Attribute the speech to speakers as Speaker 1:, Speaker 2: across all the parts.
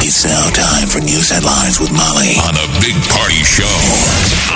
Speaker 1: It's now time for news headlines with Molly on the Big Party Show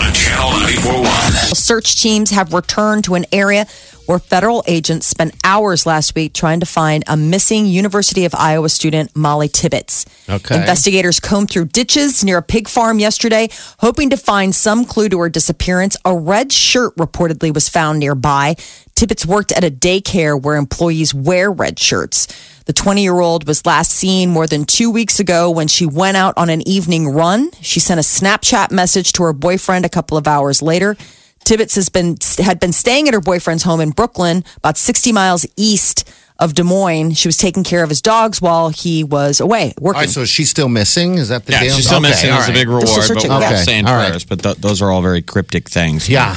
Speaker 1: on Channel 941.
Speaker 2: Search teams have returned to an area where federal agents spent hours last week trying to find a missing University of Iowa student, Molly Tibbetts.
Speaker 3: Okay.
Speaker 2: Investigators combed through ditches near a pig farm yesterday, hoping to find some clue to her disappearance. A red shirt reportedly was found nearby. Tibbetts worked at a daycare where employees wear red shirts. The 20 year old was last seen more than two weeks ago when she went out on an evening run. She sent a Snapchat message to her boyfriend a couple of hours later. Tibbetts has been had been staying at her boyfriend's home in Brooklyn, about 60 miles east of Des Moines. She was taking care of his dogs while he was away working.
Speaker 3: All right, so she's still missing. Is that the
Speaker 4: Yeah,
Speaker 3: deal?
Speaker 4: she's still
Speaker 3: Okay,
Speaker 4: missing.
Speaker 3: all
Speaker 4: There's a
Speaker 3: right.
Speaker 4: big reward,
Speaker 2: They're still
Speaker 4: but we're
Speaker 2: searching.
Speaker 4: all
Speaker 3: Okay,
Speaker 4: saying
Speaker 3: all right.
Speaker 4: prayers. But th- those are all very cryptic things.
Speaker 3: Yeah,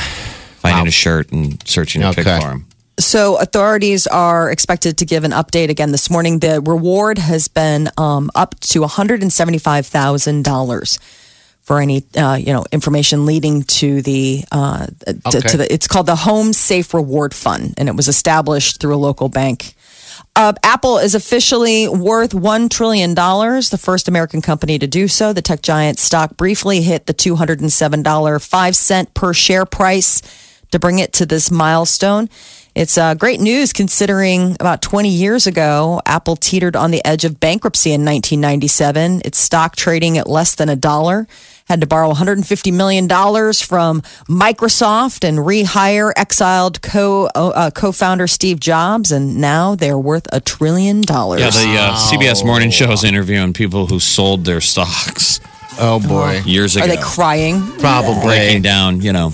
Speaker 4: finding a shirt and searching a pig
Speaker 3: Okay.
Speaker 4: farm.
Speaker 2: so authorities are expected to give an update again this morning. The reward has been um, up to $175,000 for any uh, you know information leading to the uh, to-
Speaker 3: Okay.
Speaker 2: to the it's called the Home Safe Reward Fund, and it was established through a local bank. Uh, Apple is officially worth $1 trillion, the first American company to do so. The tech giant stock briefly hit the $207.05 per share price to bring it to this milestone. It's uh, great news considering about 20 years ago, Apple teetered on the edge of bankruptcy in 1997. Its stock trading at less than a dollar had to borrow $150 million from Microsoft and rehire exiled co uh, co-founder Steve Jobs, and now they're worth a trillion dollars.
Speaker 4: Yeah, the uh, CBS Morning Show is interviewing people who sold their stocks
Speaker 3: Oh boy.
Speaker 4: years ago.
Speaker 2: Are they crying?
Speaker 4: breaking
Speaker 3: Probably.
Speaker 4: down, you know,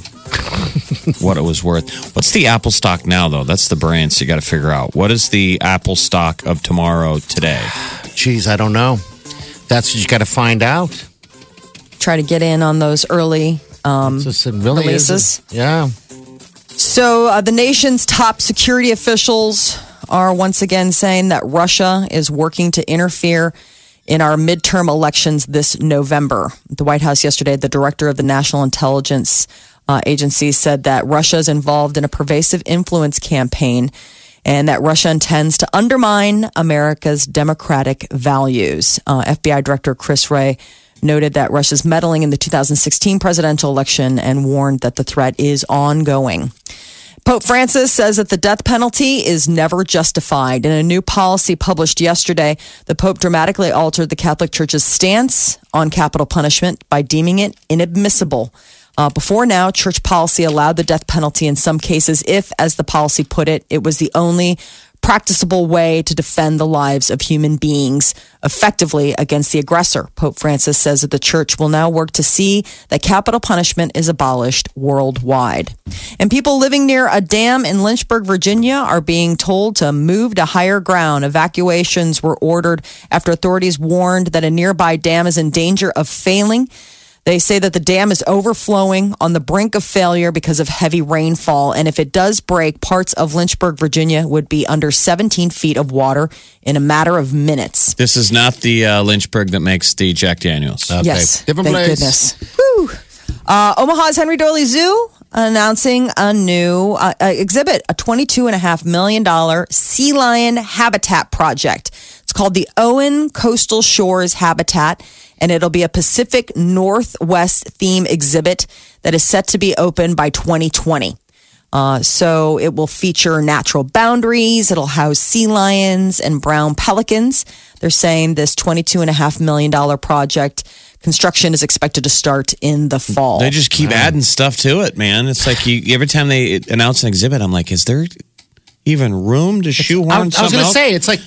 Speaker 4: what it was worth. What's the Apple stock now, though? That's the branch you got to figure out. What is the Apple stock of tomorrow today?
Speaker 3: Jeez, I don't know. That's what you got to find out.
Speaker 2: Try to get in on those early. Um,
Speaker 3: It's just- it really
Speaker 2: Releases.
Speaker 3: isn't- Yeah.
Speaker 2: so uh, the nation's top security officials are once again saying that Russia is working to interfere in our midterm elections this November. The White House yesterday, the director of the National Intelligence uh, Agency said that Russia is involved in a pervasive influence campaign and that Russia intends to undermine America's democratic values. Uh, FBI Director Chris Wray noted that Russia's meddling in the 2016 presidential election and warned that the threat is ongoing. Pope Francis says that the death penalty is never justified. In a new policy published yesterday, the Pope dramatically altered the Catholic Church's stance on capital punishment by deeming it inadmissible. Uh, before now, church policy allowed the death penalty in some cases if, as the policy put it, it was the only practicable way to defend the lives of human beings effectively against the aggressor. Pope Francis says that the church will now work to see that capital punishment is abolished worldwide. And people living near a dam in Lynchburg, Virginia are being told to move to higher ground. Evacuations were ordered after authorities warned that a nearby dam is in danger of failing. They say that the dam is overflowing on the brink of failure because of heavy rainfall. And if it does break, parts of Lynchburg, Virginia would be under 17 feet of water in a matter of minutes.
Speaker 4: This is not the uh, Lynchburg that makes the Jack Daniels.
Speaker 2: Yes.
Speaker 3: Different
Speaker 2: thank
Speaker 3: place.
Speaker 2: goodness. Whew. Uh, Omaha's Henry Dorley Zoo announcing a new uh, uh, exhibit, a $22.5 million sea lion habitat project. It's called the Owen Coastal Shores Habitat, and it'll be a Pacific Northwest theme exhibit that is set to be open by 2020. Uh, so it will feature natural boundaries. It'll house sea lions and brown pelicans. They're saying this $22.5 million project construction is expected to start in the fall.
Speaker 4: They just keep adding stuff to it, man. It's like you, every time they announce an exhibit, I'm like, is there even room to shoehorn
Speaker 3: I, I was
Speaker 4: something
Speaker 3: going to
Speaker 4: else?
Speaker 3: say, it's like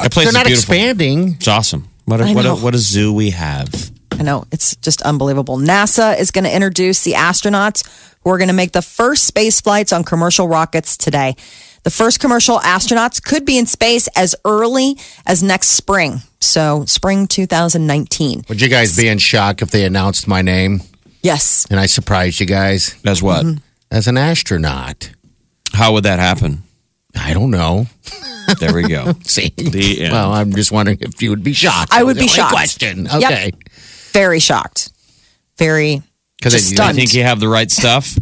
Speaker 4: That place
Speaker 3: they're
Speaker 4: is
Speaker 3: not
Speaker 4: beautiful.
Speaker 3: expanding.
Speaker 4: It's awesome. What a,
Speaker 2: I
Speaker 4: what, a,
Speaker 2: know.
Speaker 4: what a zoo we have.
Speaker 2: I know it's just unbelievable. NASA is going to introduce the astronauts who are going to make the first space flights on commercial rockets today. The first commercial astronauts could be in space as early as next spring. So, spring 2019.
Speaker 3: Would you guys be in shock if they announced my name
Speaker 2: Yes.
Speaker 3: and I surprised you guys
Speaker 4: As what?
Speaker 3: as an astronaut?
Speaker 4: How would that happen?
Speaker 3: I don't know.
Speaker 4: There we go.
Speaker 3: See,
Speaker 4: The end.
Speaker 3: well, I'm just wondering if you would be shocked.
Speaker 2: I would
Speaker 3: That
Speaker 2: be
Speaker 3: was the only
Speaker 2: shocked.
Speaker 3: Question.
Speaker 2: Yep.
Speaker 3: Okay.
Speaker 2: Very shocked. Very.
Speaker 3: Because
Speaker 2: Just
Speaker 4: I
Speaker 2: stunned.
Speaker 4: think you have the right stuff.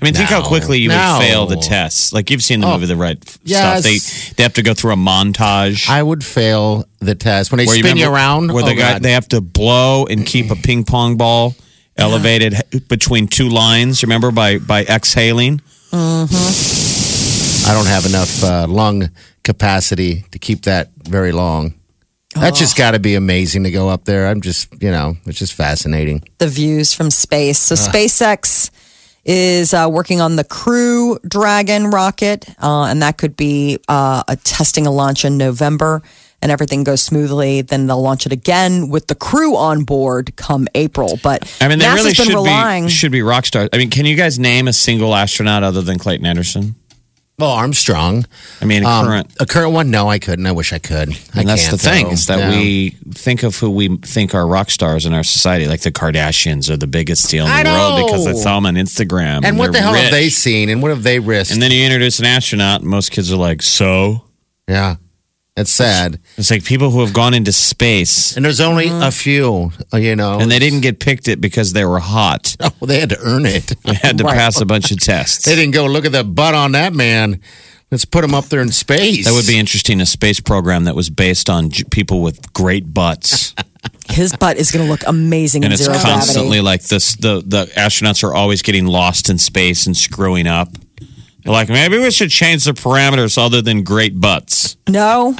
Speaker 4: I mean, think how
Speaker 3: No.
Speaker 4: quickly you
Speaker 3: No. Oh.
Speaker 4: would fail the tests. Like you've seen the movie, the right f-
Speaker 3: Yes.
Speaker 4: stuff. They they have to go through a montage
Speaker 3: I would fail the test when they
Speaker 4: you
Speaker 3: spin you
Speaker 4: remember-
Speaker 3: around.
Speaker 4: Where
Speaker 3: oh,
Speaker 4: the guy
Speaker 3: God.
Speaker 4: they have to blow and keep a ping pong ball elevated h- between two lines. Remember by by exhaling.
Speaker 3: I don't have enough uh, lung capacity to keep that very long. That's just got to be amazing to go up there. I'm just, you know, it's just fascinating.
Speaker 2: the views from space.
Speaker 4: Ah.
Speaker 2: So SpaceX is uh, working on the Crew Dragon rocket, uh, and that could be uh, a testing a launch in November. And everything goes smoothly, then they'll launch it again with the crew on board come April. But
Speaker 4: I mean, they
Speaker 2: NASA's
Speaker 4: really
Speaker 2: been
Speaker 4: should
Speaker 2: relying.
Speaker 4: be should be rock stars. I mean, can you guys name a single astronaut other than Clayton Anderson?
Speaker 3: Well, Armstrong.
Speaker 4: I mean, a
Speaker 3: Um,
Speaker 4: current.
Speaker 3: A current one? No, I couldn't. I wish I could. I
Speaker 4: And that's
Speaker 3: can't,
Speaker 4: the thing
Speaker 3: though.
Speaker 4: is that
Speaker 3: No.
Speaker 4: we think of who we think are rock stars in our society, like the Kardashians are the biggest deal in
Speaker 3: I
Speaker 4: the world
Speaker 3: know.
Speaker 4: because I saw them on Instagram.
Speaker 3: And what the
Speaker 4: they're
Speaker 3: hell have they
Speaker 4: rich.
Speaker 3: seen? And what have they risked?
Speaker 4: And then you introduce an astronaut, and most kids are like, "So."
Speaker 3: yeah, it's sad.
Speaker 4: It's like people who have gone into space
Speaker 3: And there's only a few, uh, you know.
Speaker 4: and they didn't get picked it because they were hot.
Speaker 3: Oh, they had to earn it.
Speaker 4: They had to pass a bunch of tests.
Speaker 3: they didn't go look at the butt on that man. Let's put him up there in space.
Speaker 4: That would be interesting a space program that was based on j- people with great butts.
Speaker 2: his butt is going to look amazing
Speaker 4: And
Speaker 2: in
Speaker 4: it's
Speaker 2: zero
Speaker 4: constantly
Speaker 2: gravity.
Speaker 4: like this the, the astronauts are always getting lost in space and screwing up. They're like, maybe we should change the parameters other than great butts.
Speaker 2: No,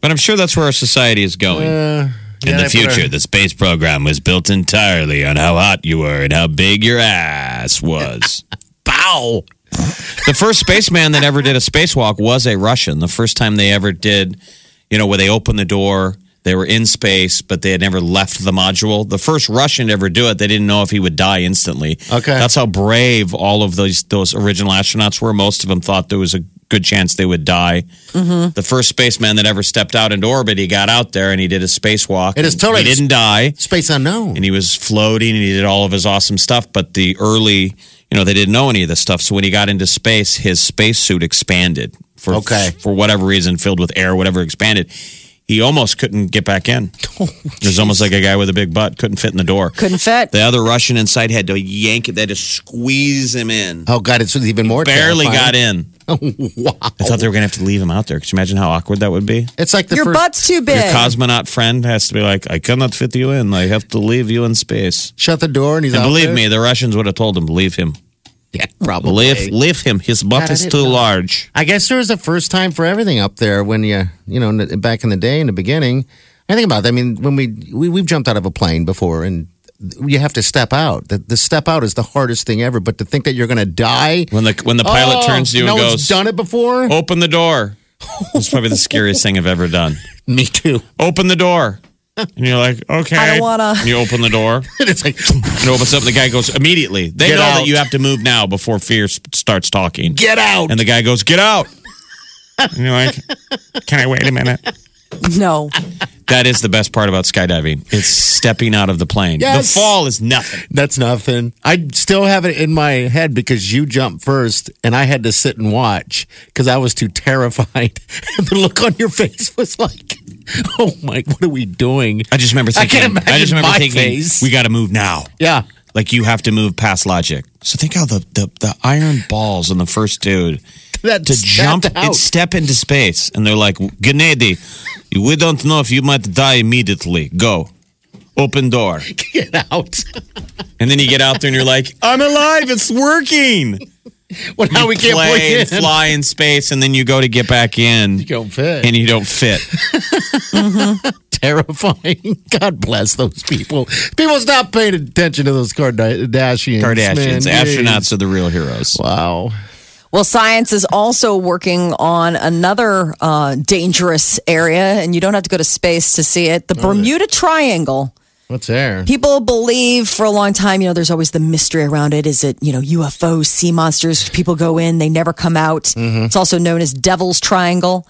Speaker 4: But I'm sure that's where our society is going. in
Speaker 3: Uh, yeah,
Speaker 4: the
Speaker 3: they put
Speaker 4: future,
Speaker 3: our-
Speaker 4: the space program was built entirely on how hot you were and how big your ass was.
Speaker 3: bow.
Speaker 4: The first spaceman that ever did a spacewalk was a Russian. The first time they ever did, you know, where they opened the door, they were in space, but they had never left the module. The first Russian to ever do it, they didn't know if he would die instantly.
Speaker 3: Okay.
Speaker 4: That's how brave all of those those original astronauts were. Most of them thought there was a good chance they would die. The first spaceman that ever stepped out into orbit, he got out there and he did a spacewalk.
Speaker 3: It is totally-
Speaker 4: He didn't die
Speaker 3: Space unknown.
Speaker 4: and he was floating and he did all of his awesome stuff. But the early, you know, they didn't know any of this stuff. So when he got into space, his spacesuit expanded for
Speaker 3: Okay.
Speaker 4: for whatever reason, filled with air, whatever expanded. He almost couldn't get back in. it was almost like a guy with a big butt couldn't fit in the door.
Speaker 2: couldn't fit.
Speaker 4: The other Russian inside had to yank it. They had to squeeze him in.
Speaker 3: Oh God, it's even more.
Speaker 4: Barely got
Speaker 3: terrifying.
Speaker 4: in.
Speaker 3: wow.
Speaker 4: I thought they were going to have to leave him out there. Could you imagine how awkward that would be?
Speaker 3: It's like the
Speaker 2: Your
Speaker 3: first,
Speaker 2: butt's too
Speaker 4: Your
Speaker 2: big.
Speaker 4: cosmonaut friend has to be like, I cannot fit you in. I have to leave you in space.
Speaker 3: shut the door and he's
Speaker 4: And
Speaker 3: out
Speaker 4: believe
Speaker 3: there.
Speaker 4: me, the Russians would have told him, leave him.
Speaker 3: yeah, probably.
Speaker 4: Leave, leave him. His butt
Speaker 3: God, I
Speaker 4: is
Speaker 3: didn't
Speaker 4: too
Speaker 3: know.
Speaker 4: large.
Speaker 3: I guess there was a first time for everything up there when you, you know, in the- back in the day in the beginning. I think about that. I mean, when we, we we've jumped out of a plane before, and you have to step out. The, the step out is the hardest thing ever. But to think that you're going to die
Speaker 4: When the when the pilot
Speaker 3: Oh,
Speaker 4: turns to you
Speaker 3: no
Speaker 4: and
Speaker 3: one's
Speaker 4: goes, "Oh,
Speaker 3: done it before.
Speaker 4: "Open the door," it's probably the scariest thing I've ever done.
Speaker 3: Me too.
Speaker 4: Open the door, and you're like, "Okay."
Speaker 2: I don't wanna.
Speaker 4: And you open the door,
Speaker 3: And it's like
Speaker 4: and it opens up, and the guy goes immediately. They
Speaker 3: Get
Speaker 4: know
Speaker 3: out.
Speaker 4: that you have to move now before fear s- starts talking.
Speaker 3: get out.
Speaker 4: and the guy goes, "Get out." And you're like, "Can I wait a minute?"
Speaker 2: No,
Speaker 4: That is the best part about skydiving. It's stepping out of the plane.
Speaker 3: Yes.
Speaker 4: The fall is nothing.
Speaker 3: That's nothing. I still have it in my head because you jumped first and I had to sit and watch because I was too terrified. and the look on your face was like, oh my, what are we doing?
Speaker 4: I just remember
Speaker 3: I
Speaker 4: thinking.
Speaker 3: can't imagine
Speaker 4: just remember
Speaker 3: my
Speaker 4: thinking,
Speaker 3: face.
Speaker 4: "We got to move now."
Speaker 3: Yeah.
Speaker 4: Like you have to move past logic. So think how the the, the iron balls on the first dude
Speaker 3: That
Speaker 4: to
Speaker 3: stepped
Speaker 4: jump
Speaker 3: out.
Speaker 4: and step into space, and they're like, "Gennady, we don't know if you might die immediately. Go, open door."
Speaker 3: Get out.
Speaker 4: And then you get out there, and you're like, "I'm alive! It's working!"
Speaker 3: what, how we can't
Speaker 4: Play,
Speaker 3: play
Speaker 4: and
Speaker 3: in.
Speaker 4: fly in space, and then you go to get back in,
Speaker 3: Don't fit.
Speaker 4: and you don't fit.
Speaker 3: terrifying. God bless those people. People stop paying attention to those Kardashians.
Speaker 4: Kardashians,
Speaker 3: man. Jeez.
Speaker 4: astronauts are the real heroes.
Speaker 3: Wow.
Speaker 2: Well, science is also working on another uh, dangerous area, and you don't have to go to space to see it. The Bermuda Triangle
Speaker 3: What's there?
Speaker 2: People believe for a long time, you know, there's always the mystery around it. Is it, you know, UFOs, sea monsters? People go in, they never come out. It's also known as Devil's Triangle.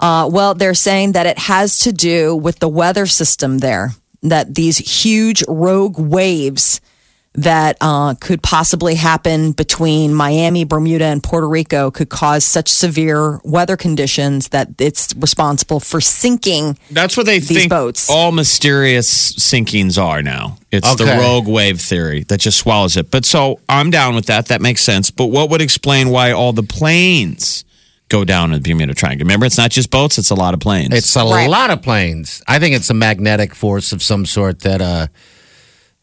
Speaker 2: Uh, well, they're saying that it has to do with the weather system there, that these huge rogue waves that uh, could possibly happen between Miami, Bermuda, and Puerto Rico could cause such severe weather conditions that it's responsible for sinking.
Speaker 4: That's what they
Speaker 2: These
Speaker 4: think
Speaker 2: boats.
Speaker 4: all mysterious sinkings are now. It's the
Speaker 3: Okay.
Speaker 4: rogue wave theory that just swallows it. But so I'm down with that. That makes sense. But what would explain why all the planes go down in the Bermuda Triangle? Remember, it's not just boats, it's a lot of planes.
Speaker 3: It's a
Speaker 2: Right.
Speaker 3: lot of planes. I think it's a magnetic force of some sort that uh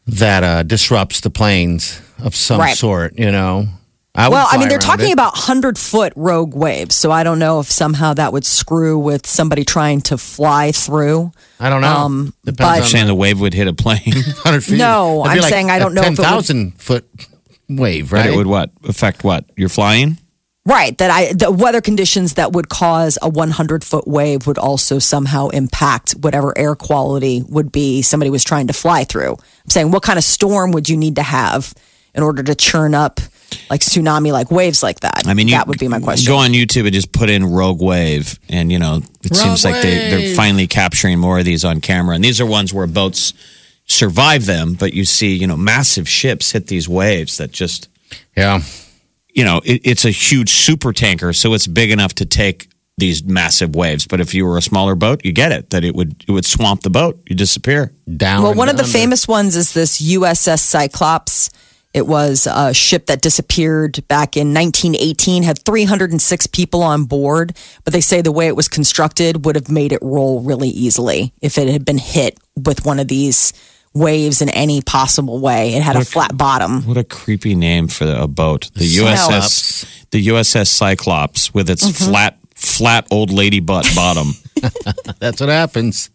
Speaker 3: that uh disrupts the planes of some
Speaker 2: Right.
Speaker 3: sort, you know. I would
Speaker 2: Well, I
Speaker 3: fly
Speaker 2: mean, they're
Speaker 3: around
Speaker 2: talking
Speaker 3: it.
Speaker 2: about 100 foot rogue waves. So I don't know if somehow that would screw with somebody trying to fly through.
Speaker 3: I don't know.
Speaker 2: um,
Speaker 4: You're
Speaker 3: Depends
Speaker 4: saying the wave would hit a plane,
Speaker 3: on 100 feet.
Speaker 2: No,
Speaker 3: It'd be
Speaker 2: I'm saying I
Speaker 3: a
Speaker 2: don't know if it would-
Speaker 3: 10,000 foot wave,
Speaker 4: but
Speaker 3: right?
Speaker 4: it would what? Affect what? You're flying?
Speaker 2: Right. That I, the weather conditions that would cause a 100 foot wave would also somehow impact whatever air quality would be somebody was trying to fly through. I'm saying, what kind of storm would you need to have in order to churn up like tsunami like waves like that?
Speaker 4: I mean, you,
Speaker 2: that would be my question.
Speaker 4: Go on YouTube and just put in rogue wave, and you know it seems like they, they're finally capturing more of these on camera. And these are ones where boats survive them, but you see, you know, massive ships hit these waves that just,
Speaker 3: Yeah.
Speaker 4: you know, it, it's a huge super tanker, so it's big enough to take these massive waves. But if you were a smaller boat, you get it that it would it would swamp the boat, you disappear.
Speaker 3: Down.
Speaker 2: Well, one of the
Speaker 3: under.
Speaker 2: famous ones is this USS Cyclops. It was a ship that disappeared back in 1918, had 306 people on board, but they say the way it was constructed would have made it roll really easily if it had been hit with one of these waves in any possible way. It had a flat bottom.
Speaker 4: What a creepy name for a boat. The
Speaker 3: Cyclops.
Speaker 4: USS the USS Cyclops with its
Speaker 2: Mm-hmm.
Speaker 4: flat flat old lady butt bottom.
Speaker 3: That's what happens.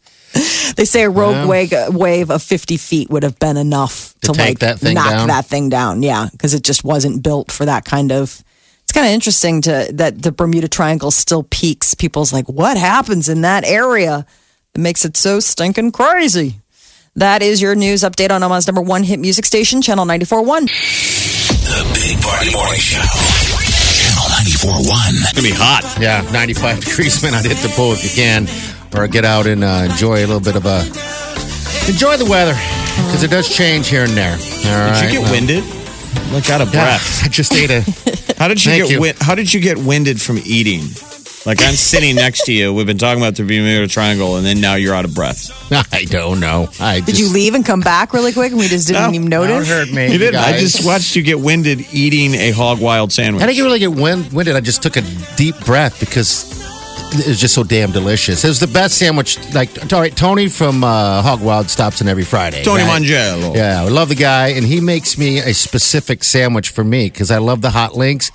Speaker 2: They say a rogue wave, wave of 50 feet would have been enough to,
Speaker 3: To take
Speaker 2: like
Speaker 3: that thing
Speaker 2: knock
Speaker 3: down?
Speaker 2: that thing down. Yeah, because it just wasn't built for that kind of. It's kind of interesting to that the Bermuda Triangle still peaks. People's like, what happens in that area that makes it so stinking crazy? That is your news update on Omaha's number one hit music station, Channel 94.1.
Speaker 1: The Big Party Morning Show. Channel 94.1.
Speaker 4: It's gonna be hot.
Speaker 3: Yeah, 95 degrees, man. I'd hit the pool if you can. Or get out and uh, enjoy a little bit of a. Enjoy the weather because it does change here and there. All right.
Speaker 4: Did you get
Speaker 3: well,
Speaker 4: winded? Like out of
Speaker 3: yeah,
Speaker 4: breath.
Speaker 3: I just ate a.
Speaker 4: How did you
Speaker 3: Thank
Speaker 4: get
Speaker 3: you.
Speaker 4: win- how did you get winded from eating? Like I'm sitting next to you. We've been talking about the Bermuda Triangle and then now you're out of breath.
Speaker 3: I don't know. I
Speaker 2: Did you leave and come back really quick and we just didn't even notice?
Speaker 3: hurt me.
Speaker 4: You did. I
Speaker 3: guys.
Speaker 4: just watched you get winded eating a hog wild sandwich.
Speaker 3: I didn't really get wind- winded. I just took a deep breath because it was just so damn delicious. It was the best sandwich. Like, all right, Tony from uh, Hog Wild stops in every Friday.
Speaker 4: Tony
Speaker 3: right?
Speaker 4: Mangiello.
Speaker 3: Yeah, I love the guy, and he makes me a specific sandwich for me because I love the hot links.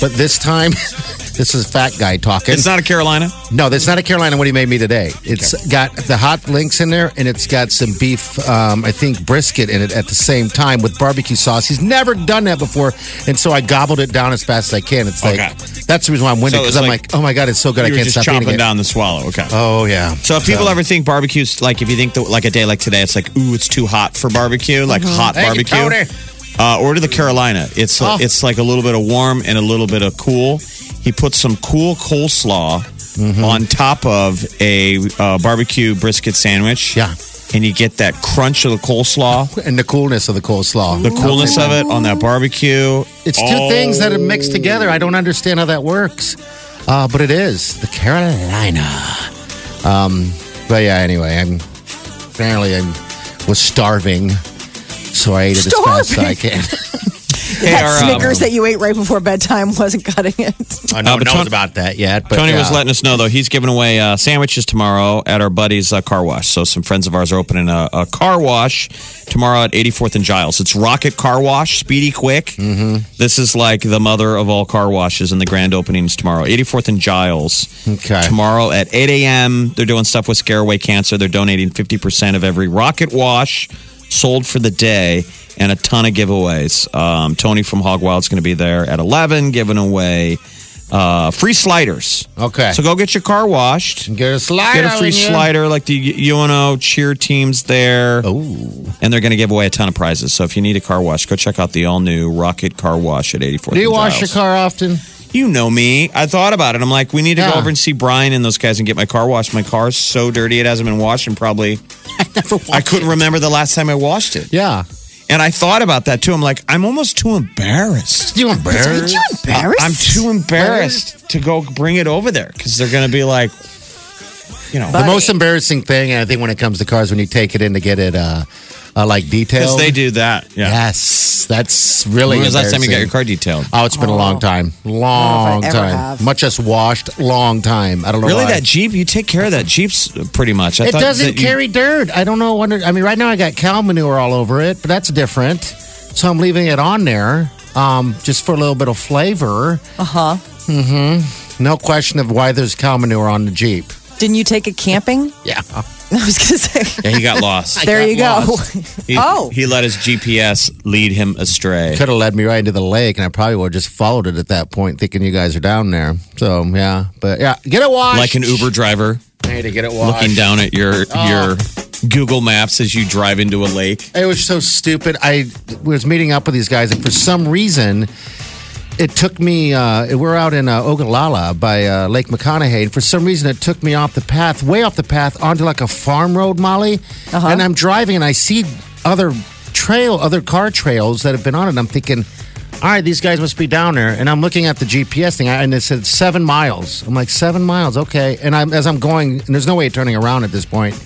Speaker 3: But this time, this is fat guy talking.
Speaker 4: It's not a Carolina.
Speaker 3: no, that's not a Carolina what he made me today. It's got the hot links in there, and it's got some beef, um, I think brisket in it at the same time with barbecue sauce. He's never done that before, and so I gobbled it down as fast as I can. It's like
Speaker 4: Okay.
Speaker 3: that's the reason why I'm winded
Speaker 4: So
Speaker 3: because
Speaker 4: it's
Speaker 3: I'm
Speaker 4: like-
Speaker 3: like, oh my god, it's so good, I
Speaker 4: you were
Speaker 3: can't
Speaker 4: just
Speaker 3: stop eating
Speaker 4: chomping
Speaker 3: it.
Speaker 4: down the swallow. Okay.
Speaker 3: Oh yeah.
Speaker 4: So if people ever think barbecues, like if you think that, like a day like today, it's like ooh, it's too hot for barbecue, like hot
Speaker 3: Mm-hmm. Thank you,
Speaker 4: barbecue.
Speaker 3: Tony.
Speaker 4: Uh, order the Carolina. It's
Speaker 3: Oh.
Speaker 4: it's like a little bit of warm and a little bit of cool. He puts some cool coleslaw
Speaker 3: Mm-hmm.
Speaker 4: on top of a uh, barbecue brisket sandwich.
Speaker 3: Yeah.
Speaker 4: and you get that crunch of the coleslaw,
Speaker 3: and the coolness of the coleslaw,
Speaker 4: the coolness of it on that barbecue.
Speaker 3: It's two
Speaker 4: Oh,
Speaker 3: things that are mixed together. I don't understand how that works, uh, but it is the Carolina. Um, but yeah, anyway, I'm apparently I was starving, so I ate it as fast as I can.
Speaker 4: Hey,
Speaker 2: That
Speaker 4: our, um,
Speaker 2: Snickers that you ate right before bedtime wasn't cutting it.
Speaker 3: I no
Speaker 4: Uh,
Speaker 3: one
Speaker 4: but
Speaker 3: knows
Speaker 4: Tony-
Speaker 3: about that yet. But uh,
Speaker 4: Tony was
Speaker 3: yeah.
Speaker 4: letting us know though he's giving away uh, sandwiches tomorrow at our buddy's uh, car wash. So some friends of ours are opening a, a car wash tomorrow at 84th and Giles. It's Rocket Car Wash, speedy, quick. Mm-hmm. This is like the mother of all car washes, and the grand openings tomorrow, 84th and Giles.
Speaker 3: Okay.
Speaker 4: Tomorrow at 8 a.m. They're doing stuff with Scareaway Cancer. They're donating 50 percent of every Rocket Wash sold for the day. And a ton of giveaways. Um, Tony from Hog Wild's going to be there at 11, giving away uh, free sliders.
Speaker 3: Okay.
Speaker 4: So go get your car washed.
Speaker 3: Get a slider.
Speaker 4: Get a free
Speaker 3: in you.
Speaker 4: slider like the UNO cheer teams there.
Speaker 3: Ooh.
Speaker 4: And they're going to give away a ton of prizes. So if you need a car wash, go check out the all new Rocket Car Wash at 84th.
Speaker 3: Do you
Speaker 4: and
Speaker 3: wash your
Speaker 4: Giles.
Speaker 3: car often?
Speaker 4: You know me. I thought about it. I'm like, we need to go
Speaker 3: Yeah.
Speaker 4: over and see Brian and those guys and get my car washed. My car's so dirty it hasn't been washed in probably. I couldn't remember the last time I washed it.
Speaker 3: Yeah.
Speaker 4: And I thought about that too. I'm like, I'm almost too embarrassed.
Speaker 3: You embarrassed?
Speaker 2: Embarrassed?
Speaker 4: I'm too embarrassed to go bring it over there because they're going to be like, you know,
Speaker 3: The most embarrassing thing, and I think when it comes to cars, when you take it in to get it, uh, uh like
Speaker 4: because
Speaker 3: detailed.
Speaker 4: they do that. Yeah.
Speaker 3: Yes, that's really.
Speaker 4: When was the last time you got your
Speaker 3: embarrassing.
Speaker 4: car detailed?
Speaker 3: Oh, it's been a long time, long
Speaker 2: I ever
Speaker 3: time.
Speaker 2: have.
Speaker 3: Much less washed, long time. I don't know.
Speaker 4: Really,
Speaker 3: why.
Speaker 4: that Jeep? You take care of that Jeep's pretty much. I
Speaker 3: It
Speaker 4: thought
Speaker 3: doesn't
Speaker 4: that you-
Speaker 3: carry dirt. I don't know. Wonder. I mean, right now I got cow manure all over it, but that's different. So I'm leaving it on there, um, just for a little bit of flavor.
Speaker 2: Uh huh.
Speaker 3: No question of why there's cow manure on the Jeep.
Speaker 2: Didn't you take it camping?
Speaker 3: Yeah.
Speaker 2: I was going to say.
Speaker 4: Yeah, he got lost.
Speaker 2: There you go.
Speaker 4: He,
Speaker 2: Oh.
Speaker 4: he let his GPS lead him astray.
Speaker 3: Could have led me right into the lake, and I probably would have just followed it at that point, thinking you guys are down there. So yeah, but yeah, get it washed.
Speaker 4: Like an Uber driver
Speaker 3: I need to get it washed.
Speaker 4: looking down at your
Speaker 3: Oh.
Speaker 4: your Google Maps as you drive into a lake.
Speaker 3: It was so stupid. I was meeting up with these guys, and for some reason, it took me. Uh, we're out in uh, Ogallala by uh, Lake McConaughey, and for some reason, it took me off the path, way off the path, onto like a farm road, Molly. And I'm driving, and I see other trail, other car trails that have been on it. I'm thinking. All right, these guys must be down there, and I'm looking at the GPS thing, and it said seven miles. I'm like, seven miles, okay. And I'm as I'm going, and there's no way of turning around at this point.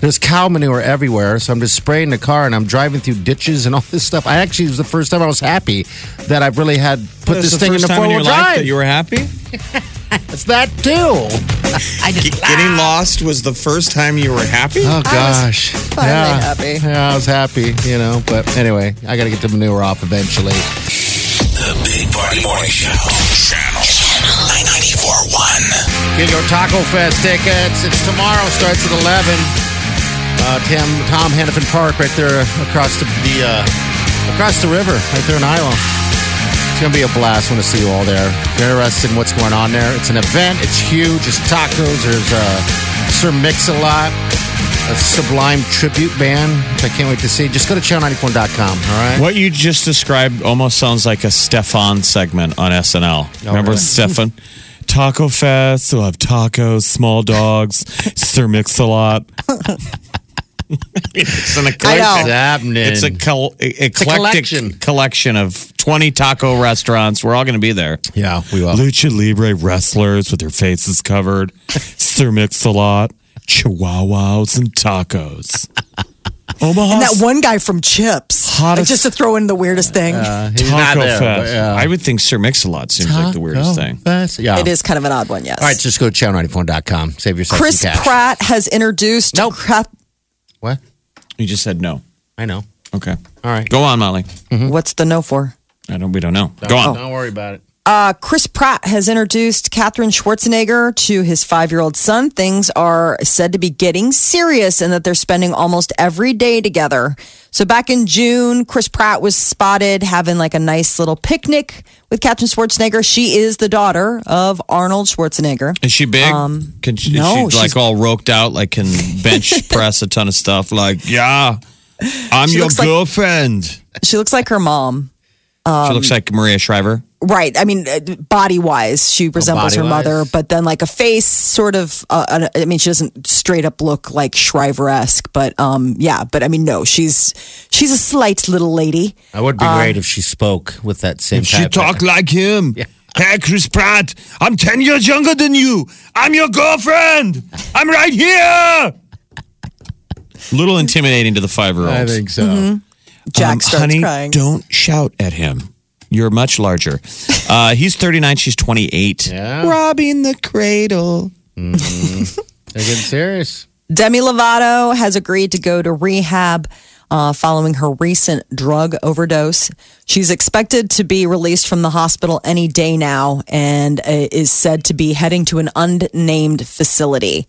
Speaker 3: There's cow manure everywhere, so I'm just spraying the car and I'm driving through ditches and all this stuff. I actually it was the first time I was happy that I've really had put
Speaker 4: That's
Speaker 3: this
Speaker 4: the
Speaker 3: thing in
Speaker 4: first
Speaker 3: the
Speaker 4: time
Speaker 3: four
Speaker 4: in your
Speaker 3: wheel
Speaker 4: life that
Speaker 3: drive.
Speaker 4: you were happy.
Speaker 3: It's that too.
Speaker 4: Getting lost was the first time you were happy.
Speaker 3: Oh gosh,
Speaker 2: finally
Speaker 3: yeah.
Speaker 2: happy.
Speaker 3: Yeah, I was happy, you know. But anyway, I got to get the manure off eventually.
Speaker 1: The Big Party Morning Show. Channel 941.
Speaker 3: Get your Taco Fest tickets. It's tomorrow. Starts at eleven. Uh, Tim Tom Hennepin Park, right there across the, the uh, across the river, right there in Iowa. It's gonna be a blast. Want to see you all there. If you're interested in what's going on there, it's an event. It's huge. It's tacos. There's uh, Sir Mix a Lot, a Sublime tribute band, which I can't wait to see. Just go to channel94.com. All right.
Speaker 4: What you just described almost sounds like a Stefan segment on SNL. Remember
Speaker 3: really?
Speaker 4: Stefan? Taco Fest, we'll have tacos, small dogs, Sir Mix-a-Lot. it's an eclectic,
Speaker 2: know.
Speaker 3: What's happening?
Speaker 4: it's a col- e, eclectic
Speaker 3: collection.
Speaker 4: collection. of 20 taco restaurants. We're all going to be there.
Speaker 3: yeah, we will.
Speaker 4: Lucha Libre wrestlers with their faces covered, Sir Mix-a-Lot, chihuahuas and tacos. Omaha
Speaker 2: And that one guy from Chips.
Speaker 4: Hottest-
Speaker 2: Like, just to throw in the weirdest thing.
Speaker 3: Uh, He's not
Speaker 4: Taco
Speaker 3: there,
Speaker 4: Fest.
Speaker 3: but, yeah.
Speaker 4: I would think Sir Mix-a-Lot seems like the weirdest
Speaker 3: Taco
Speaker 4: thing.
Speaker 3: Fest. Yeah.
Speaker 2: It is kind of an odd one, yes.
Speaker 3: All right, just go to channel94.com. Save yourself
Speaker 2: Chris
Speaker 3: some cash.
Speaker 2: Pratt has introduced.
Speaker 3: Nope.
Speaker 2: crap-
Speaker 3: What?
Speaker 4: You just said no.
Speaker 3: I know.
Speaker 4: Okay.
Speaker 3: All right.
Speaker 4: Go on, Molly.
Speaker 3: Mm-hmm.
Speaker 2: What's the no for?
Speaker 4: I don't, we don't know. Go on.
Speaker 2: Oh.
Speaker 4: Oh.
Speaker 3: Don't worry about it.
Speaker 2: Uh, Chris Pratt has introduced Katherine Schwarzenegger to his five year old son. Things are said to be getting serious and that they're spending almost every day together. So, back in June, Chris Pratt was spotted having like a nice little picnic with Katherine Schwarzenegger. She is the daughter of Arnold Schwarzenegger.
Speaker 4: Is she big? can she,
Speaker 2: Um, no,
Speaker 4: is she like
Speaker 2: she's-
Speaker 4: all roped out, like can bench press a ton of stuff? Like, yeah, I'm
Speaker 2: She
Speaker 4: your
Speaker 2: looks like-
Speaker 4: girlfriend.
Speaker 2: She looks like her mom. Um,
Speaker 4: she looks like Maria Shriver.
Speaker 2: Right. I mean, body wise, she resembles her
Speaker 3: body-wise.
Speaker 2: mother, but then like a face sort of, uh, I mean, she doesn't straight up look like Shriver esque, but um, yeah, but I mean, no, she's, she's a slight little lady.
Speaker 3: I would be
Speaker 2: Uh,
Speaker 3: great if she spoke with that same.
Speaker 4: She
Speaker 3: type of-
Speaker 4: talked like him. Hey, Chris Pratt, I'm 10 years younger than you. I'm your girlfriend. I'm right here. Little intimidating to the five year
Speaker 3: I
Speaker 4: olds.
Speaker 3: think so.
Speaker 2: Mm-hmm. Jack
Speaker 4: Um,
Speaker 2: starts
Speaker 4: honey,
Speaker 2: crying.
Speaker 4: Don't shout at him. You're much larger. Uh, he's 39, she's 28.
Speaker 3: Yeah.
Speaker 4: Robbing the cradle.
Speaker 3: They're getting serious.
Speaker 2: Demi Lovato has agreed to go to rehab uh, following her recent drug overdose. She's expected to be released from the hospital any day now and uh, is said to be heading to an unnamed facility.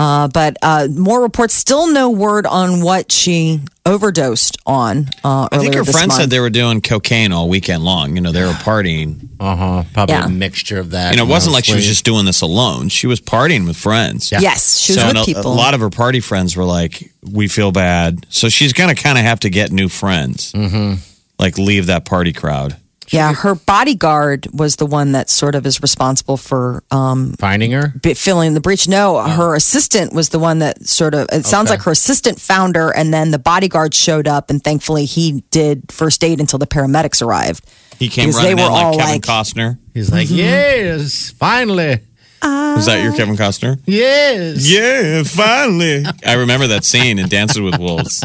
Speaker 2: Uh, but uh, more reports, still no word on what she overdosed on. Uh,
Speaker 4: I think
Speaker 2: earlier
Speaker 4: her
Speaker 2: this
Speaker 4: friend
Speaker 2: month.
Speaker 4: said they were doing cocaine all weekend long. You know, they were partying.
Speaker 3: Uh huh. Probably
Speaker 2: Yeah.
Speaker 3: a mixture of that.
Speaker 4: You know, it wasn't like she was
Speaker 3: mostly.
Speaker 4: just doing this alone. She was partying with friends.
Speaker 2: Yes, she was
Speaker 4: so
Speaker 2: with
Speaker 4: and a, a
Speaker 2: people.
Speaker 4: lot of her party friends were like, "We feel bad." So she's gonna kind of have to get new friends, mm-hmm. like leave that party crowd.
Speaker 2: yeah, her bodyguard was the one that sort of is responsible for um,
Speaker 3: finding her.
Speaker 2: bi- filling the breach. No, her assistant was the one that sort of. It sounds like her assistant found her, and then the bodyguard showed up, and thankfully he did first aid until the paramedics arrived.
Speaker 4: He came
Speaker 2: Because
Speaker 4: running
Speaker 2: they
Speaker 4: in
Speaker 2: were
Speaker 4: like
Speaker 2: all
Speaker 4: Kevin
Speaker 2: like-
Speaker 4: Costner.
Speaker 3: He's like,
Speaker 2: Mm-hmm.
Speaker 3: yes, finally,
Speaker 4: Was that your Kevin Costner?
Speaker 3: yes.
Speaker 4: Yeah, finally. I remember that scene in Dances with Wolves.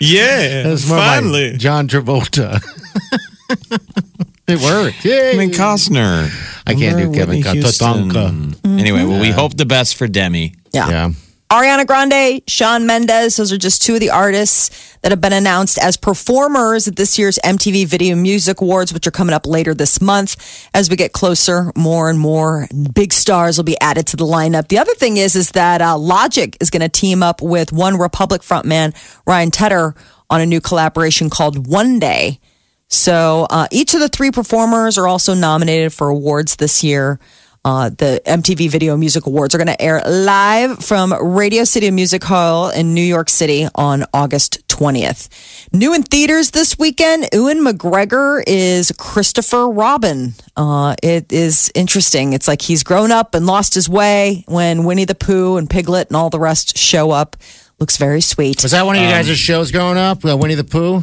Speaker 4: Yeah,
Speaker 3: That's more like
Speaker 4: finally.
Speaker 3: John Travolta. it worked. Yeah.
Speaker 4: Kevin Costner.
Speaker 3: I can't do Kevin
Speaker 4: Whitney Houston.
Speaker 3: Costner. Tatanka.
Speaker 4: Mm-hmm. Anyway, well, we hope the best for Demi.
Speaker 2: Yeah.
Speaker 3: Yeah.
Speaker 2: Ariana Grande, Sean Mendez, those are just two of the artists that have been announced as performers at this year's MTV Video Music Awards, which are coming up later this month. As we get closer, more and more big stars will be added to the lineup. The other thing is, is that uh, Logic is going to team up with One Republic frontman Ryan Tedder on a new collaboration called One Day. So uh, each of the three performers are also nominated for awards this year. Uh, the MTV Video Music Awards are going to air live from Radio City Music Hall in New York City on August 20th. New in theaters this weekend, Ewan McGregor is Christopher Robin. Uh, it is interesting. It's like he's grown up and lost his way when Winnie the Pooh and Piglet and all the rest show up. Looks very sweet.
Speaker 3: Was that one of you
Speaker 4: Um,
Speaker 3: guys' shows growing up? Uh, Winnie the Pooh?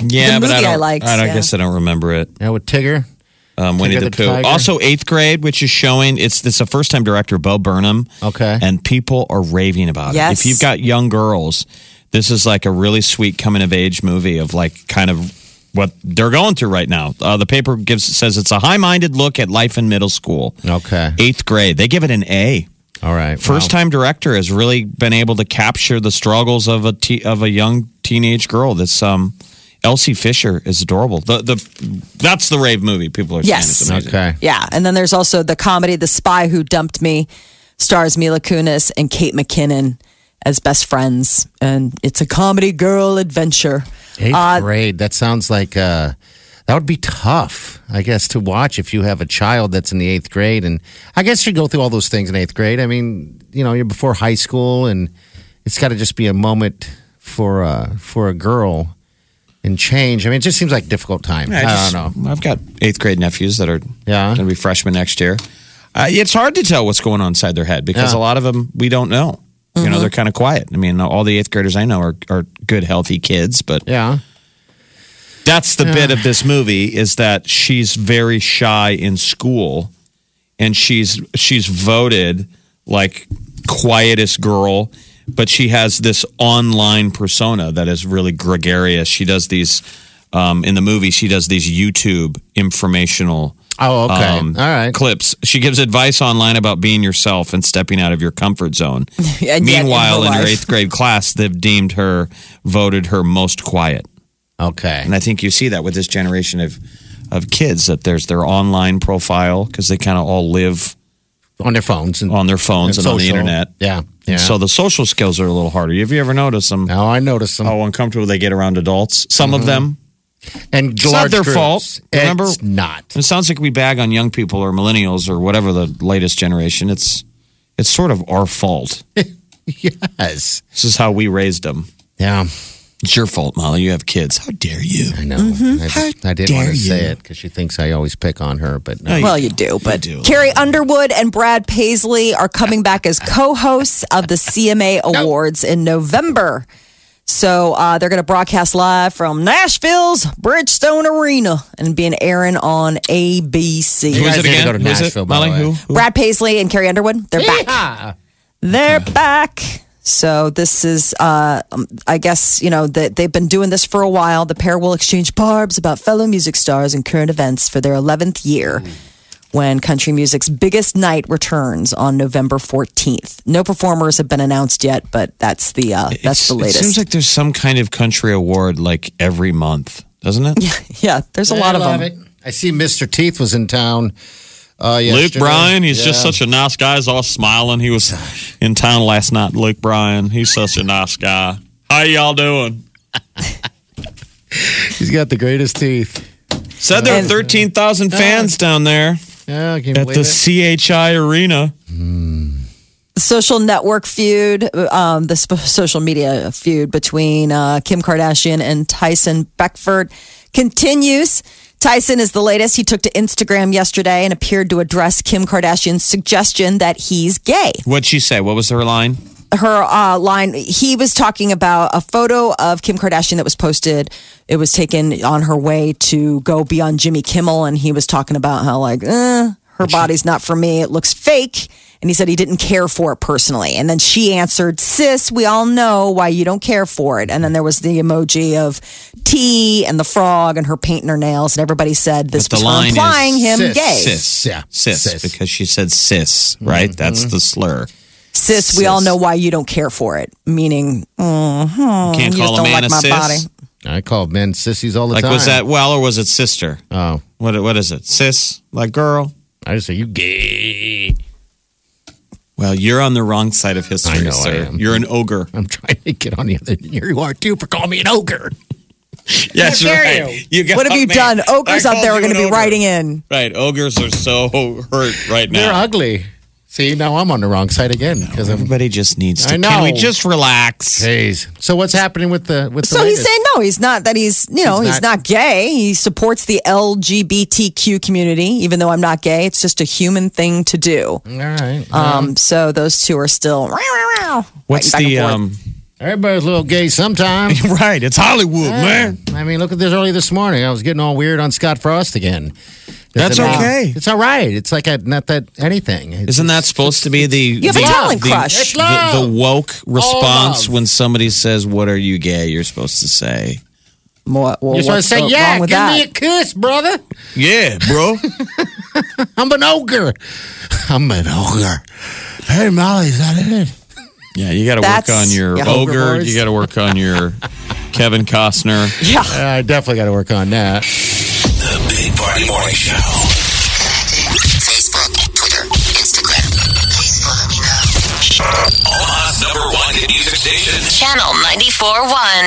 Speaker 4: Yeah,
Speaker 2: The
Speaker 4: but I
Speaker 2: movie
Speaker 4: don't.
Speaker 2: I liked,
Speaker 4: I don't-
Speaker 2: yeah.
Speaker 4: guess I don't remember it.
Speaker 3: Yeah, with Tigger.
Speaker 4: Um, Winnie
Speaker 3: Tigger
Speaker 4: the,
Speaker 3: the
Speaker 4: Pooh.
Speaker 3: Tiger.
Speaker 4: Also, eighth grade, which is showing. It's it's a first time director, Bo Burnham.
Speaker 3: Okay.
Speaker 4: and people are raving about it.
Speaker 2: Yes.
Speaker 4: If you've got young girls, this is like a really sweet coming of age movie of like kind of what they're going through right now. Uh, the paper gives says it's a high minded look at life in middle school.
Speaker 3: Okay.
Speaker 4: eighth grade. They give it an A.
Speaker 3: All right.
Speaker 4: First
Speaker 3: wow.
Speaker 4: time director has really been able to capture the struggles of a te- of a young teenage girl. That's um, Elsie Fisher is adorable. The the that's the rave movie people are saying
Speaker 2: Yes.
Speaker 4: it's amazing.
Speaker 3: Okay.
Speaker 2: Yeah, and then there's also the comedy "The Spy Who Dumped Me," stars Mila Kunis and Kate McKinnon as best friends, and it's a comedy girl adventure.
Speaker 3: Eighth
Speaker 2: Uh,
Speaker 3: grade. That sounds like uh, that would be tough, I guess, to watch if you have a child that's in the eighth grade. And I guess you go through all those things in eighth grade. I mean, you know, you're before high school, and it's got to just be a moment for uh, for a girl and change. I mean, it just seems like a difficult time.
Speaker 4: Yeah, I,
Speaker 3: I,
Speaker 4: just-
Speaker 3: don't know.
Speaker 4: I've got eighth grade nephews that are
Speaker 3: Yeah.
Speaker 4: going to be freshmen next year. Uh, it's hard to tell what's going on inside their head because
Speaker 3: Yeah. Mm-hmm.
Speaker 4: a lot of them we don't know. You know, they're kind of quiet. I mean, all the eighth graders I know are, are good, healthy kids, but
Speaker 3: Yeah.
Speaker 4: that's the bit of this movie is that she's very shy in school and she's she's voted like quietest girl but she has this online persona that is really gregarious she does these um, in the movie she does these youtube informational
Speaker 3: Oh, okay.
Speaker 4: um,
Speaker 3: all right.
Speaker 4: clips she gives advice online about being yourself and stepping out of your comfort zone
Speaker 2: yet in
Speaker 4: meanwhile
Speaker 2: her
Speaker 4: in her
Speaker 2: life.
Speaker 4: eighth grade class they've deemed her voted her most quiet
Speaker 3: Okay.
Speaker 4: and I think you see that with this generation of of kids that there's their online profile because they kind of all live
Speaker 3: On their phones and
Speaker 4: on their phones and, on the
Speaker 3: social.
Speaker 4: internet.
Speaker 3: Yeah. Yeah.
Speaker 4: And so the social skills are a little harder. Have you ever noticed them?
Speaker 3: now I noticed them.
Speaker 4: How uncomfortable they get around adults. Some
Speaker 3: Mm-hmm.
Speaker 4: of them.
Speaker 3: and
Speaker 4: not
Speaker 3: large
Speaker 4: their
Speaker 3: groups.
Speaker 4: fault. Remember-
Speaker 3: It's not.
Speaker 4: It sounds like we bag on young people or millennials or whatever the latest generation. It's it's sort of our fault.
Speaker 3: Yes.
Speaker 4: this is how we raised them.
Speaker 3: Yeah.
Speaker 4: It's your fault, Molly. You have kids. How dare you?
Speaker 3: I know.
Speaker 2: Mm-hmm.
Speaker 3: I, just, I didn't want to say it because she thinks I always pick on her, but no.
Speaker 2: Well, you do, but
Speaker 4: do.
Speaker 2: Carrie Underwood and Brad Paisley are coming back as co-hosts of the CMA Awards in November. So uh, they're going to broadcast live from Nashville's Bridgestone Arena and being airing on ABC.
Speaker 4: Who is
Speaker 3: guys
Speaker 4: it
Speaker 3: need to
Speaker 4: again?
Speaker 3: go to
Speaker 4: Who is it?
Speaker 3: Nashville, by
Speaker 4: Molly,
Speaker 3: the way.
Speaker 4: who? who?
Speaker 2: Brad Paisley and Carrie Underwood, they're back. They're back. So this is, uh, um, I guess, you know, that they've been doing this for a while. The pair will exchange barbs about fellow music stars and current events for their 11th year
Speaker 4: Hmm.
Speaker 2: when country music's biggest night returns on November 14th. No performers have been announced yet, but that's the, uh, that's
Speaker 4: It's-
Speaker 2: the latest.
Speaker 4: It seems like there's some kind of country award like every month, doesn't it?
Speaker 2: yeah, there's a lot
Speaker 3: I
Speaker 2: of
Speaker 3: love
Speaker 2: them.
Speaker 3: it. I see Mr. Teeth was in town Uh,
Speaker 4: Luke
Speaker 3: yesterday.
Speaker 4: Bryan, he's just
Speaker 3: Yeah.
Speaker 4: such a nice guy. He's all smiling. He was in town last night. Luke Bryan, he's such a nice guy. How y'all doing?
Speaker 3: He's got the greatest teeth.
Speaker 4: Said there are
Speaker 2: And-
Speaker 4: 13,000 fans down there
Speaker 3: Yeah, I can't
Speaker 4: at
Speaker 3: believe
Speaker 4: the
Speaker 3: it.
Speaker 4: CHI Arena.
Speaker 2: social network feud, um, the sp- social media feud between uh, Kim Kardashian and Tyson Beckford continues. Tyson is the latest. He took to Instagram yesterday and appeared to address Kim Kardashian's suggestion that he's gay.
Speaker 4: What'd she say? What was her line?
Speaker 2: Her uh, line, he was talking about a photo of Kim Kardashian that was posted. It was taken on her way to go be on Jimmy Kimmel, and he was talking about how, like, eh, her body's not for me. It looks fake. And he said he didn't care for it personally. And then she answered, Sis, we all know why you don't care for it. And then there was the emoji of tea and the frog and her painting her nails. And everybody said this
Speaker 4: But
Speaker 2: was
Speaker 4: the
Speaker 2: her
Speaker 4: line is
Speaker 2: implying him
Speaker 3: sis,
Speaker 2: gay. Sis.
Speaker 4: Sis.
Speaker 3: Yeah,
Speaker 4: Sis. Mm-hmm.
Speaker 3: sis.
Speaker 4: Because she said sis, right? That's the slur.
Speaker 2: we
Speaker 4: Sis.
Speaker 2: all know why you don't care for it. Meaning,
Speaker 4: you can't
Speaker 2: Oh, you
Speaker 4: call
Speaker 2: just
Speaker 4: a
Speaker 2: don't
Speaker 4: man
Speaker 2: like
Speaker 4: a
Speaker 2: my
Speaker 4: sis.
Speaker 2: body.
Speaker 3: I call men sissies all the
Speaker 4: Like,
Speaker 3: time.
Speaker 4: was that well or was it sister?
Speaker 3: Oh,
Speaker 4: What What is it? Sis? Like girl?
Speaker 3: I just say you gay.
Speaker 4: Well, you're on the wrong side of history,
Speaker 3: I know I
Speaker 4: sir.
Speaker 3: am.
Speaker 4: You're an ogre.
Speaker 3: I'm trying to get on the other. Here you are too for calling me an ogre.
Speaker 4: Yes, you're right. You got
Speaker 2: What have you
Speaker 4: me.
Speaker 2: done? Ogres
Speaker 4: I
Speaker 2: out there are
Speaker 4: called you an
Speaker 2: going to be
Speaker 4: ogre.
Speaker 2: writing in.
Speaker 4: Right, ogres are so hurt right
Speaker 3: They're
Speaker 4: now.
Speaker 3: ugly. See, now I'm on the wrong side again because I'm.
Speaker 4: Everybody just needs to.
Speaker 3: I
Speaker 4: Can we
Speaker 3: know.
Speaker 4: just relax?
Speaker 3: Jeez. So what's happening with the with the?
Speaker 2: So he's
Speaker 3: latest?
Speaker 2: saying no, he's not that he's you know
Speaker 3: He's
Speaker 2: he's
Speaker 3: not-
Speaker 2: not, gay. He supports the LGBTQ community, even though I'm not gay. It's just a human thing to do.
Speaker 3: All right.
Speaker 2: Um, so those two are still. Meow, meow, meow,
Speaker 4: Mm-hmm. What's
Speaker 2: fighting
Speaker 4: the
Speaker 2: back and
Speaker 4: um?
Speaker 3: Everybody's a little gay sometime.
Speaker 4: Right, it's Hollywood, man.
Speaker 3: I mean, look at this early this morning. I was getting all weird on Scott Frost again.
Speaker 4: That's
Speaker 3: Doesn't-
Speaker 4: okay.
Speaker 3: It's all right. It's like I, not that anything. It's
Speaker 4: Isn't that supposed to be the you
Speaker 2: have a
Speaker 4: the,
Speaker 2: talent
Speaker 4: the,
Speaker 2: crush.
Speaker 3: It's
Speaker 4: The,
Speaker 3: love.
Speaker 4: the woke response
Speaker 3: love.
Speaker 4: when somebody says, "What are you gay?" You're supposed to say,
Speaker 2: forth. What- well,
Speaker 3: You're supposed
Speaker 2: what's
Speaker 3: to say,
Speaker 2: so
Speaker 3: yeah,
Speaker 2: wrong
Speaker 3: give
Speaker 2: with that?
Speaker 3: me a kiss, brother.
Speaker 4: "Yeah, bro."
Speaker 3: I'm an ogre. I'm an ogre. Hey, Molly, is that it?
Speaker 4: yeah, you got to work
Speaker 2: That's-
Speaker 4: on your
Speaker 2: yeah.
Speaker 4: ogre.
Speaker 3: Ogre voice.
Speaker 4: You got to work on your Kevin Costner.
Speaker 2: yeah.
Speaker 3: I definitely got to work on that.
Speaker 1: The Big Party Morning Show.
Speaker 5: Facebook, Twitter, Instagram. Please follow me now.
Speaker 1: Omaha's number one hit music station.
Speaker 5: Channel 94.1.